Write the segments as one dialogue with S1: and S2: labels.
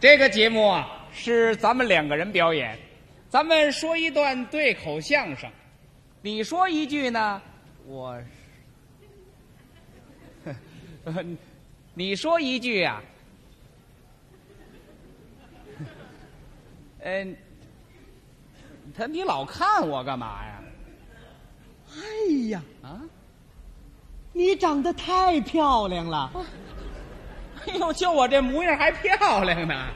S1: 这个节目啊，是咱们两个人表演，咱们说一段对口相声，你说一句呢，我， 你说一句啊， 嗯、他你老看我干嘛呀？
S2: 哎呀，
S1: 啊，
S2: 你长得太漂亮了，
S1: 哎呦，就我这模样还漂亮呢。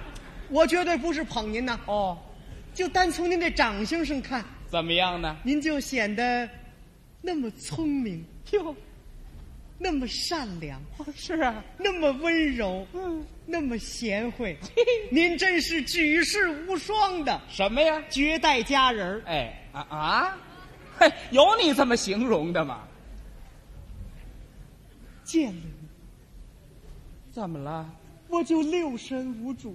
S2: 我绝对不是捧您呐，
S1: 哦，
S2: 就单从您这长相上看，
S1: 怎么样呢？
S2: 您就显得那么聪明，
S1: 哟，
S2: 那么善良，
S1: 是啊，
S2: 那么温柔，
S1: 嗯，
S2: 那么贤惠，您真是举世无双的
S1: 什么呀？
S2: 绝代佳人儿。
S1: 哎啊啊！嘿，有你这么形容的吗？
S2: 见了你，
S1: 怎么了？
S2: 我就六神无主；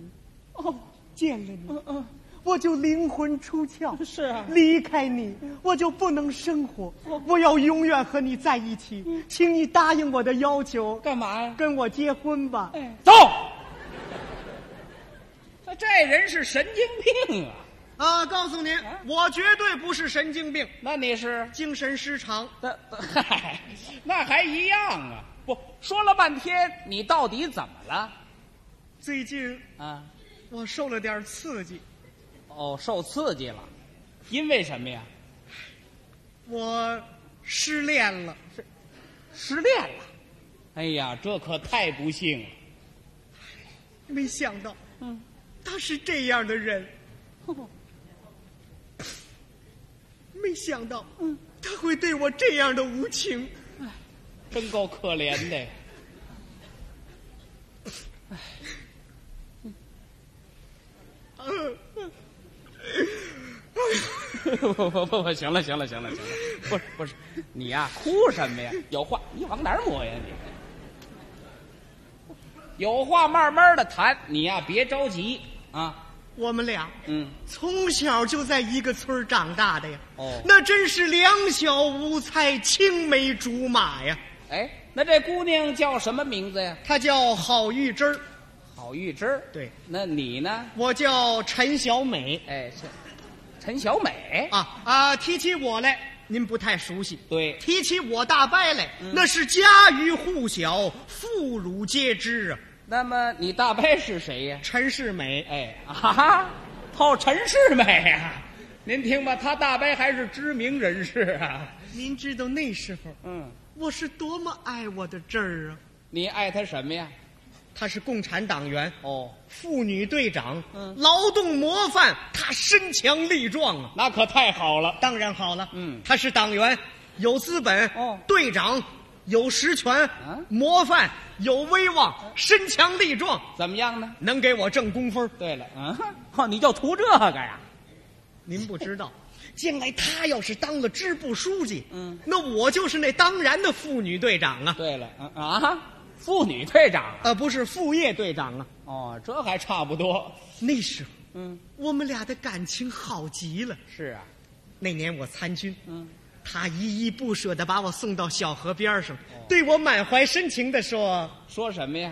S1: 哦，
S2: 见了你，
S1: 嗯嗯，
S2: 我就灵魂出窍。
S1: 是啊
S2: 离开你，我就不能生活。我要永远和你在一起，
S1: 嗯
S2: 请你答应我的要求，
S1: 干嘛呀？
S2: 跟我结婚吧。
S1: 哎，走！这人是神经病啊！
S2: 啊，告诉您
S1: 啊，
S2: 我绝对不是神经病，
S1: 那你是？
S2: 精神失常。
S1: 那嗨，那还一样啊！不说了半天，你到底怎么了？
S2: 最近
S1: 啊？
S2: 我受了点刺激，
S1: 哦，受刺激了，因为什么呀？
S2: 我失恋了。
S1: 失恋了。哎呀，这可太不幸了。
S2: 没想到
S1: 嗯，
S2: 他是这样的人，没想到他会对我这样的无情。
S1: 真够可怜的呀。
S2: 嗯，哎
S1: 不不不不，行了行了行了行了，不是不是，你呀、哭什么呀？有话你往哪儿抹呀你？有话慢慢的谈，你呀、别着急啊。
S2: 我们俩
S1: 嗯，
S2: 从小就在一个村儿长大的呀。
S1: 哦
S2: 那真是两小无猜，青梅竹马呀。
S1: 哎，那这姑娘叫什么名字呀？
S2: 他叫郝玉芝儿，
S1: 郝玉芝。
S2: 对，
S1: 那你呢？
S2: 我叫陈小美
S1: 哎，是陈小美。
S2: 啊啊！提起我来，您不太熟悉。
S1: 对，
S2: 提起我大伯来，那是家喻户晓，妇孺皆知啊。
S1: 那么你大伯是谁呀？
S2: 陈世美，
S1: 哎啊哈，哦，陈世美呀、您听吧，他大伯还是知名人士啊。
S2: 您知道那时候
S1: 嗯，
S2: 我是多么爱我的侄儿啊！
S1: 你爱他什么呀？
S2: 他是共产党员，
S1: 哦，
S2: 妇女队长，
S1: 嗯
S2: 劳动模范，他身强力壮啊！
S1: 那可太好了。
S2: 当然好了，
S1: 嗯
S2: 他是党员，有资本，
S1: 哦
S2: 队长有实权，
S1: 啊
S2: 模范有威望，身强力壮，
S1: 怎么样呢？
S2: 能给我挣工分儿。
S1: 对了，嗯，哦，你就图这个呀？
S2: 您不知道， 将来他要是当了支部书记，
S1: 嗯，
S2: 那我就是那当然的妇女队长啊，
S1: 对了，嗯啊，妇女队长。
S2: 呃，不是副业队长啊。
S1: 哦，这还差不多。
S2: 那时候
S1: 嗯，
S2: 我们俩的感情好极了。
S1: 是啊，
S2: 那年我参军，
S1: 嗯，
S2: 他依依不舍地把我送到小河边上，对我满怀深情地说
S1: 说什么呀？：“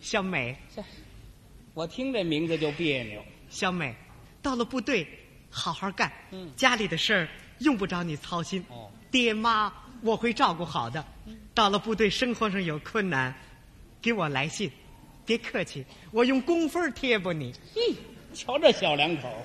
S2: 小美，
S1: 我听这名字就别扭。
S2: 小美，到了部队好好干，
S1: 嗯
S2: 家里的事儿用不着你操心，
S1: 哦嗯
S2: 爹妈我会照顾好的。到了部队生活上有困难，给我来信，别客气，我用工分儿贴补你。”
S1: 嘿，瞧这小两口，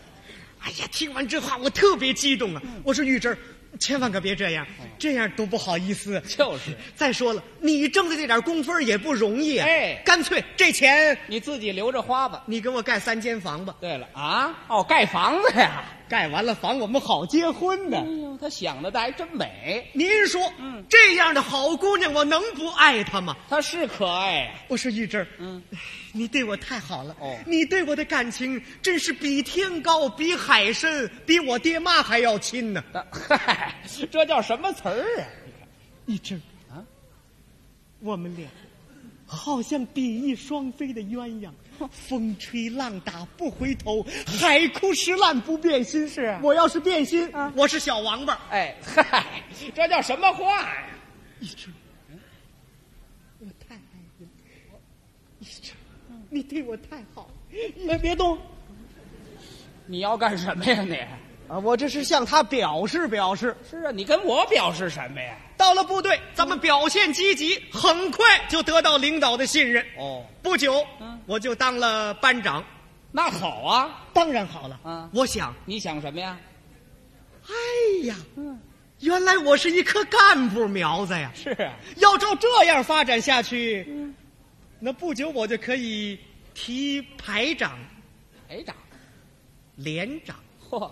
S2: 哎呀，听完这话我特别激动啊！
S1: 嗯
S2: 我说玉珍，千万可别这样，这样多不好意思。
S1: 哦就是
S2: 再说了，你挣的这点工分也不容易啊！
S1: 哎
S2: 干脆这钱
S1: 你自己留着花吧。
S2: 你给我盖三间房吧，
S1: 对了啊，哦，盖房子呀。
S2: 盖完了房我们好结婚呢。
S1: 哎呦，他想的倒还真美，
S2: 您说，
S1: 嗯
S2: 这样的好姑娘，我能不爱她吗？
S1: 他是可爱。
S2: 我说玉珍，
S1: 嗯，
S2: 你对我太好了，
S1: 哦
S2: 你对我的感情真是比天高，比海深，比我爹妈还要亲呢。
S1: 那嗨，这叫什么词儿啊？
S2: 一只
S1: 啊，
S2: 我们俩好像比翼双飞的鸳鸯，风吹浪打不回头，海枯石烂不变心。
S1: 是啊
S2: 我要是变心，
S1: 嗯
S2: 我是小王八。
S1: 哎嗨，这叫什么话呀？
S2: 一只，我太爱你了。一只，你对我太好，你们别动
S1: 你要干什么呀你？
S2: 啊！我这是向他表示表示。
S1: 是啊，你跟我表示什么呀？
S2: 到了部队，咱们表现积极，很快就得到领导的信任。
S1: 哦，
S2: 不久
S1: 嗯，
S2: 我就当了班长。
S1: 那好啊，
S2: 当然好了
S1: 啊
S2: 我想，
S1: 你想什么呀？
S2: 哎呀，原来我是一颗干部苗子呀！
S1: 是啊，
S2: 要照这样发展下去，那不久我就可以提排长、
S1: 排哎长，
S2: 连长、
S1: 嚯，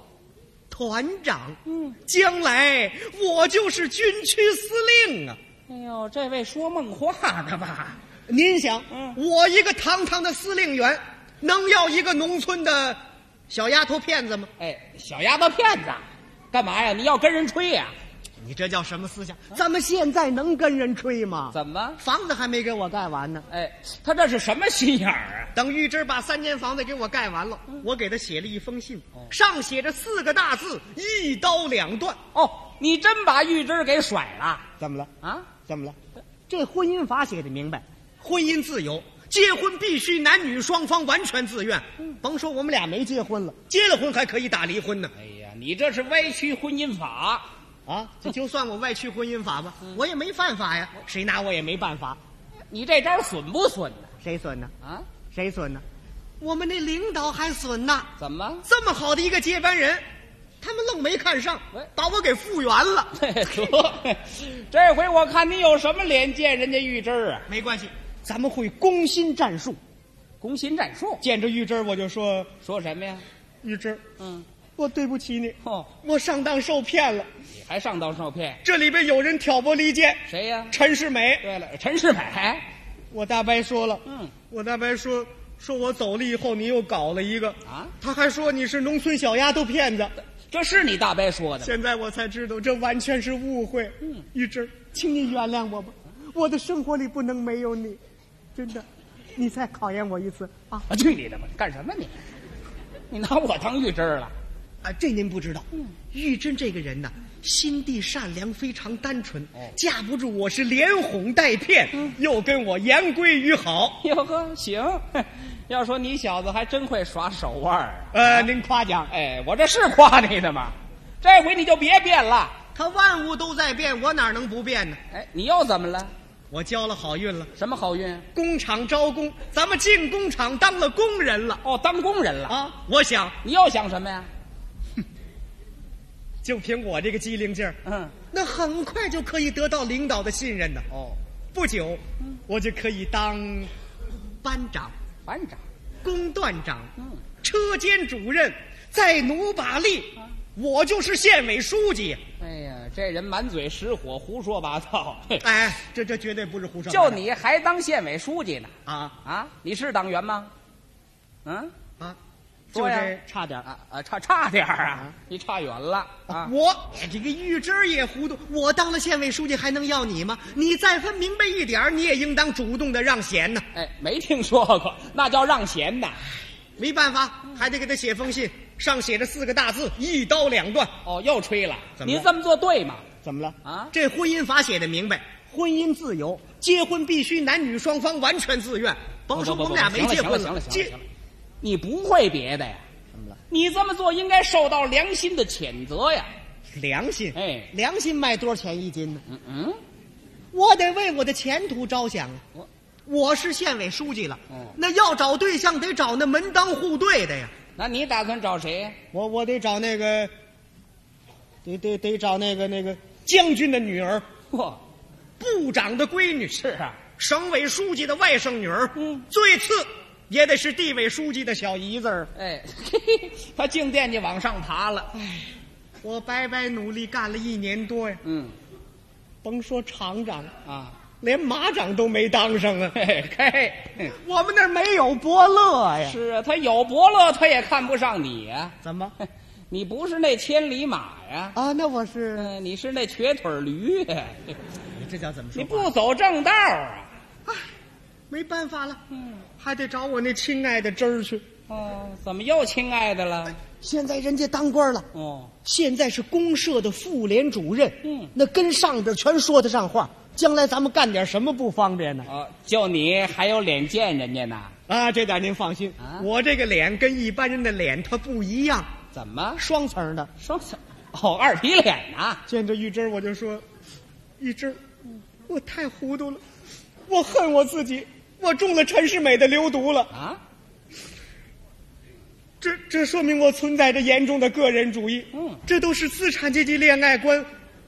S2: 团长。
S1: 嗯，
S2: 将来我就是军区司令啊！
S1: 哎呦，这位说梦话呢吧？
S2: 您想，
S1: 嗯
S2: 我一个堂堂的司令员，能要一个农村的小丫头片子吗？
S1: 哎，小丫头片子，干嘛呀？你要跟人吹呀、
S2: 你这叫什么思想？啊咱们现在能跟人吹吗？
S1: 怎么？
S2: 房子还没给我盖完呢。
S1: 哎，他这是什么心眼儿啊？
S2: 等玉芝把三间房子给我盖完了，我给她写了一封信，上写着四个大字：一刀两断。
S1: 哦，你真把玉芝给甩了
S2: 怎么了？
S1: 啊？
S2: 怎么了？这婚姻法写的明白，婚姻自由，结婚必须男女双方完全自愿。甭说我们俩没结婚了，结了婚还可以打离婚呢。
S1: 哎呀，你这是歪曲婚姻法。
S2: 啊， 这就算我外去婚姻法吧，我也没犯法呀，谁嗯拿我也没办法。
S1: 你这招损不损呢？
S2: 谁损呢？
S1: 啊？
S2: 谁损呢？我们那领导还损呢。
S1: 怎么？
S2: 这么好的一个接班人，他们愣没看上
S1: 喂，
S2: 把我给复原了。
S1: 得，这回我看你有什么脸见人家玉芝儿啊？
S2: 没关系，咱们会攻心战术。
S1: 攻心战术，
S2: 见着玉芝儿我就说
S1: 说什么呀？：“
S2: 玉芝儿，
S1: 嗯，
S2: 我对不起你，
S1: 哦，
S2: 我上当受骗了。
S1: 你还上当受骗？
S2: 这里边有人挑拨离间。
S1: 谁呀、
S2: 陈世美，
S1: 对了，陈世美。
S2: 我大伯说了，
S1: 嗯，
S2: 我大伯说，说我走了以后你又搞了一个
S1: 啊
S2: 他还说你是农村小丫头骗子。
S1: 这是你大伯说的吗？
S2: 现在我才知道，这完全是误会。嗯，玉芝儿，请你原谅我吧，我的生活里不能没有你，真的，你再考验我一次啊！
S1: 啊，去你的吧！干什么你？你拿我当玉芝儿了？
S2: 啊，这您不知道，玉珍这个人呐，心地善良，非常单纯，
S1: 哦
S2: 架不住我是连哄带骗，又跟我言归于好。
S1: 哟呵，行。 要说你小子还真会耍手腕儿啊！
S2: 呃，您夸奖，
S1: 哎，我这是夸你的吗？这回你就别变了。
S2: 他万物都在变，我哪能不变呢？
S1: 哎，你又怎么了？
S2: 我交了好运了，
S1: 什么好运？
S2: 工厂招工，咱们进工厂当了工人了
S1: 哦，当工人了。
S2: 啊！我想，
S1: 你又想什么呀？
S2: 就凭我这个机灵劲儿，
S1: 嗯，
S2: 那很快就可以得到领导的信任呢。
S1: 哦，
S2: 不久，我就可以当班长、
S1: 班长。
S2: 工段长、
S1: 嗯，
S2: 车间主任，再努把力，我就是县委书记。
S1: 哎呀，这人满嘴实火，胡说八道。嘿
S2: 哎，这这绝对不是胡说八
S1: 就
S2: 道。
S1: 你还当县委书记呢？
S2: 啊
S1: 啊，你是党员吗？嗯，
S2: 啊，就
S1: 说呀
S2: 是差点儿
S1: 啊啊，差差点儿啊，你差远了啊。
S2: 我这个玉芝儿也糊涂，我当了县委书记还能要你吗？你再分明白一点儿，你也应当主动的让贤呐。
S1: 哎，没听说过，那叫让贤呐。
S2: 没办法，还得给他写封信，上写着四个大字：一刀两断。
S1: 哦，又吹了。
S2: 怎么了
S1: 您这么做对吗？
S2: 怎么了？
S1: 啊，
S2: 这婚姻法写的明白，婚姻自由，结婚必须男女双方完全自愿。甭说
S1: 不
S2: 我
S1: 不不
S2: 们俩
S1: 不
S2: 没结
S1: 行了
S2: 婚
S1: 行了行了行了
S2: 结
S1: 行了，你不会别的呀？
S2: 怎么了？
S1: 你这么做应该受到良心的谴责呀。
S2: 良心，
S1: 哎
S2: 良心卖多少钱一斤呢？
S1: 嗯嗯，
S2: 我得为我的前途着想啊！
S1: 我
S2: 我是县委书记了，
S1: 哦
S2: 那要找对象得找那门当户对的呀。
S1: 那你打算找谁呀？
S2: 我我得找那个，得得得找那个那个将军的女儿，
S1: 嚯，
S2: 部长的闺女，
S1: 是啊，
S2: 省委书记的外甥女儿，
S1: 嗯
S2: 最次也得是地委书记的小姨子儿。
S1: 哎， 嘿嘿，他净惦记往上爬了。
S2: 我白白努力干了一年多呀，
S1: 嗯
S2: 甭说厂长，
S1: 啊，
S2: 连马长都没当上啊。
S1: 嘿嘿嘿，
S2: 我们那儿没有伯乐呀。
S1: 是啊，他有伯乐他也看不上你呀、
S2: 怎么？
S1: 嘿你不是那千里马呀？
S2: 啊，那我是
S1: 嗯，你是那瘸腿驴呀？
S2: 你这叫怎么
S1: 你不走正道啊？
S2: 没办法了，
S1: 嗯，
S2: 还得找我那亲爱的侄儿去。
S1: 哦，怎么又亲爱的了？
S2: 现在人家当官了，
S1: 哦，
S2: 现在是公社的妇联主任，
S1: 嗯
S2: 那跟上边全说得上话。将来咱们干点什么不方便呢？
S1: 哦，就你还有脸见人家呢？
S2: 啊，这点您放心，
S1: 啊
S2: 我这个脸跟一般人的脸它不一样，
S1: 怎么
S2: 双层儿的。
S1: 双小？哦，二皮脸呐、
S2: 见着玉芝儿我就说：“玉芝儿，我太糊涂了，我恨我自己，我中了陈世美的流毒了。
S1: 啊？
S2: 这这说明我存在着严重的个人主义。
S1: 嗯
S2: 这都是资产阶级恋爱观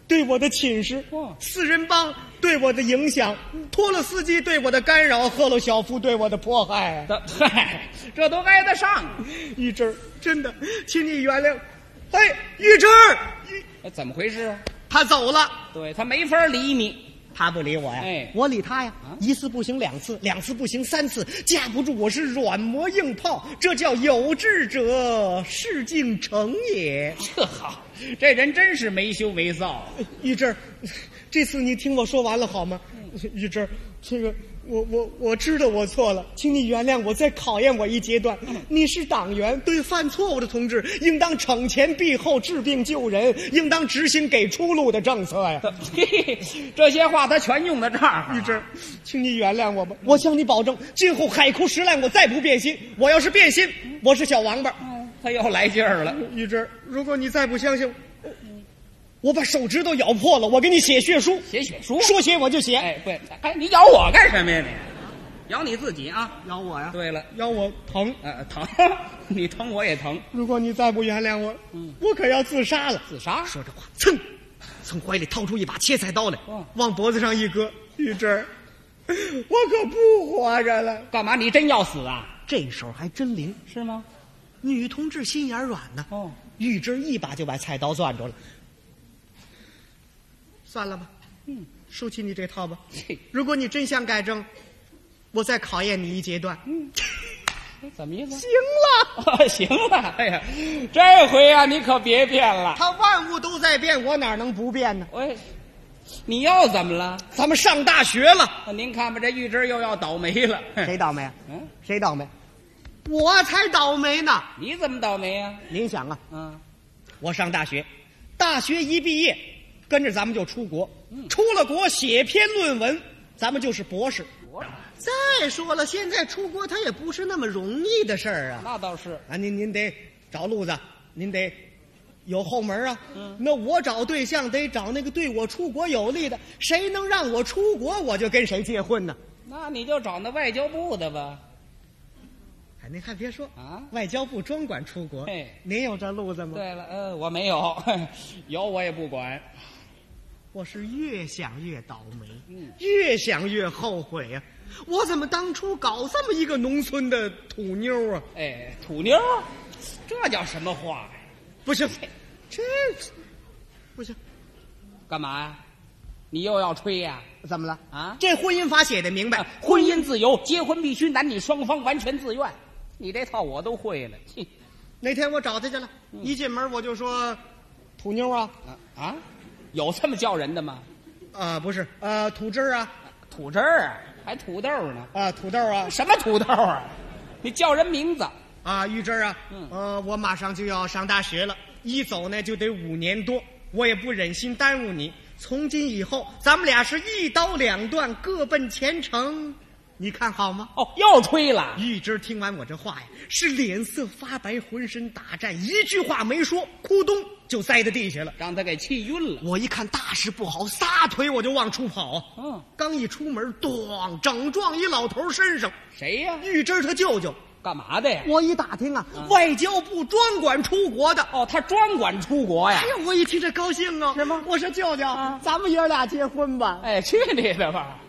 S2: 对我的侵蚀。
S1: 哦
S2: 四人帮对我的影响，
S1: 嗯
S2: 托洛斯基对我的干扰，赫鲁晓夫对我的迫害啊。
S1: 这嗨，这都挨得上啊！
S2: 玉芝儿，真的，请你原谅。哎，玉芝儿，玉
S1: 哎怎么回事？
S2: 他走了。”
S1: 对他没法理你。
S2: 他不理我呀，
S1: 哎
S2: 我理他呀，
S1: 啊
S2: 一次不行，两次，两次不行，三次，架不住我是软磨硬泡，这叫有志者事竟成也。
S1: 这好，这人真是没羞没臊 啊。
S2: 玉芝儿，这次你听我说完了好吗？玉芝儿，这个我我我知道我错了，请你原谅我，再考验我一阶段。你是党员，对犯错误的同志应当惩前毖后，治病救人，应当执行给出路的政策呀。
S1: 这嘿嘿这些话他全用在这儿、啊
S2: 玉芝，请你原谅我吧，我向你保证，今后海枯石烂，我再不变心。我要是变心，我是小王八。
S1: 他又来劲儿了。
S2: 玉芝，如果你再不相信，我我把手指头咬破了，我给你写血书，
S1: 写血书，
S2: 说写我就写。
S1: 哎，对，哎，你咬我干什么呀你？咬你自己啊！
S2: 咬我呀？
S1: 对了，
S2: 咬我疼。
S1: 呃，疼， 你疼我也疼，
S2: 如果你再不原谅我，我可要自杀了。
S1: 自杀。
S2: 说着嗯话，噌，从怀里掏出一把切菜刀来
S1: 哦，
S2: 往脖子上一搁。玉芝，嗯 我可不活着了。
S1: 干嘛？你真要死啊？
S2: 这手还真灵，
S1: 是吗？
S2: 女同志心眼软呢。
S1: 哦，
S2: 玉芝一把就把菜刀攥住了。算了吧，嗯，收起你这套吧。
S1: 嘿，
S2: 如果你真想改正，我再考验你一阶段。
S1: 怎么意思？
S2: 嗯行了，
S1: 哦 行了，哎呀，这回啊，你可别变了。
S2: 他万物都在变，我哪能不变呢？
S1: 喂，你又怎么了？
S2: 咱们上大学了，
S1: 啊您看吧，这玉芝又要倒霉了。
S2: 谁倒霉啊？
S1: 嗯，
S2: 谁倒霉？我才倒霉呢！
S1: 你怎么倒霉呀、
S2: 您想啊，
S1: 啊？
S2: 我上大学，大学一毕业，跟着咱们就出国，出了国写篇论文，咱们就是博士。再说了，现在出国他也不是那么容易的事儿啊！
S1: 那倒是，
S2: 啊，您您得找路子，您得有后门啊。那我找对象得找那个对我出国有利的，谁能让我出国，我就跟谁结婚呢？
S1: 那你就找那外交部的吧。
S2: 哎，您还别说
S1: 啊
S2: 外交部专管出国
S1: 嘿，
S2: 您有这路子吗？
S1: 对了，呃，我没有， 有我也不管。
S2: 我是越想越倒霉，
S1: 嗯
S2: 越想越后悔呀、我怎么当初搞这么一个农村的土妞啊？
S1: 哎，土妞儿，这叫什么话呀？
S2: 不行，这不行，
S1: 干嘛呀？你又要吹呀、
S2: 怎么了？
S1: 啊
S2: 这婚姻法写的明白，
S1: 啊婚姻自由，结婚必须男女双方完全自愿。你这套我都会了。 哼
S2: 那天我找他去了，一进门我就说：“土妞啊，
S1: 啊啊，有这么叫人的吗？
S2: 啊、不是，呃，土汁儿啊，
S1: 土汁儿啊，还土豆呢？
S2: 啊、土豆啊，
S1: 什么土豆啊？你叫人名字？
S2: 啊，玉芝儿啊，
S1: 嗯
S2: 呃，我马上就要上大学了，一走呢就得五年多，我也不忍心耽误你。从今以后，咱们俩是一刀两断，各奔前程，你看好吗？
S1: 哦，又吹了。
S2: 玉芝儿听完我这话呀，是脸色发白，浑身打颤，一句话没说，咕咚就栽在地下了。
S1: 让他给气晕了。
S2: 我一看大事不好，撒腿我就往出跑啊。
S1: 嗯，
S2: 刚一出门，咣，整撞一老头身上。
S1: 谁呀、
S2: 玉芝儿他舅舅，
S1: 干嘛的呀？
S2: 我一打听啊，外交部专管出国的。
S1: 哦，他专管出国呀
S2: 哎？呀，我一听这高兴啊！
S1: 是吗
S2: 我说舅舅，
S1: 啊
S2: 咱们爷俩结婚吧？
S1: 哎，去你的吧！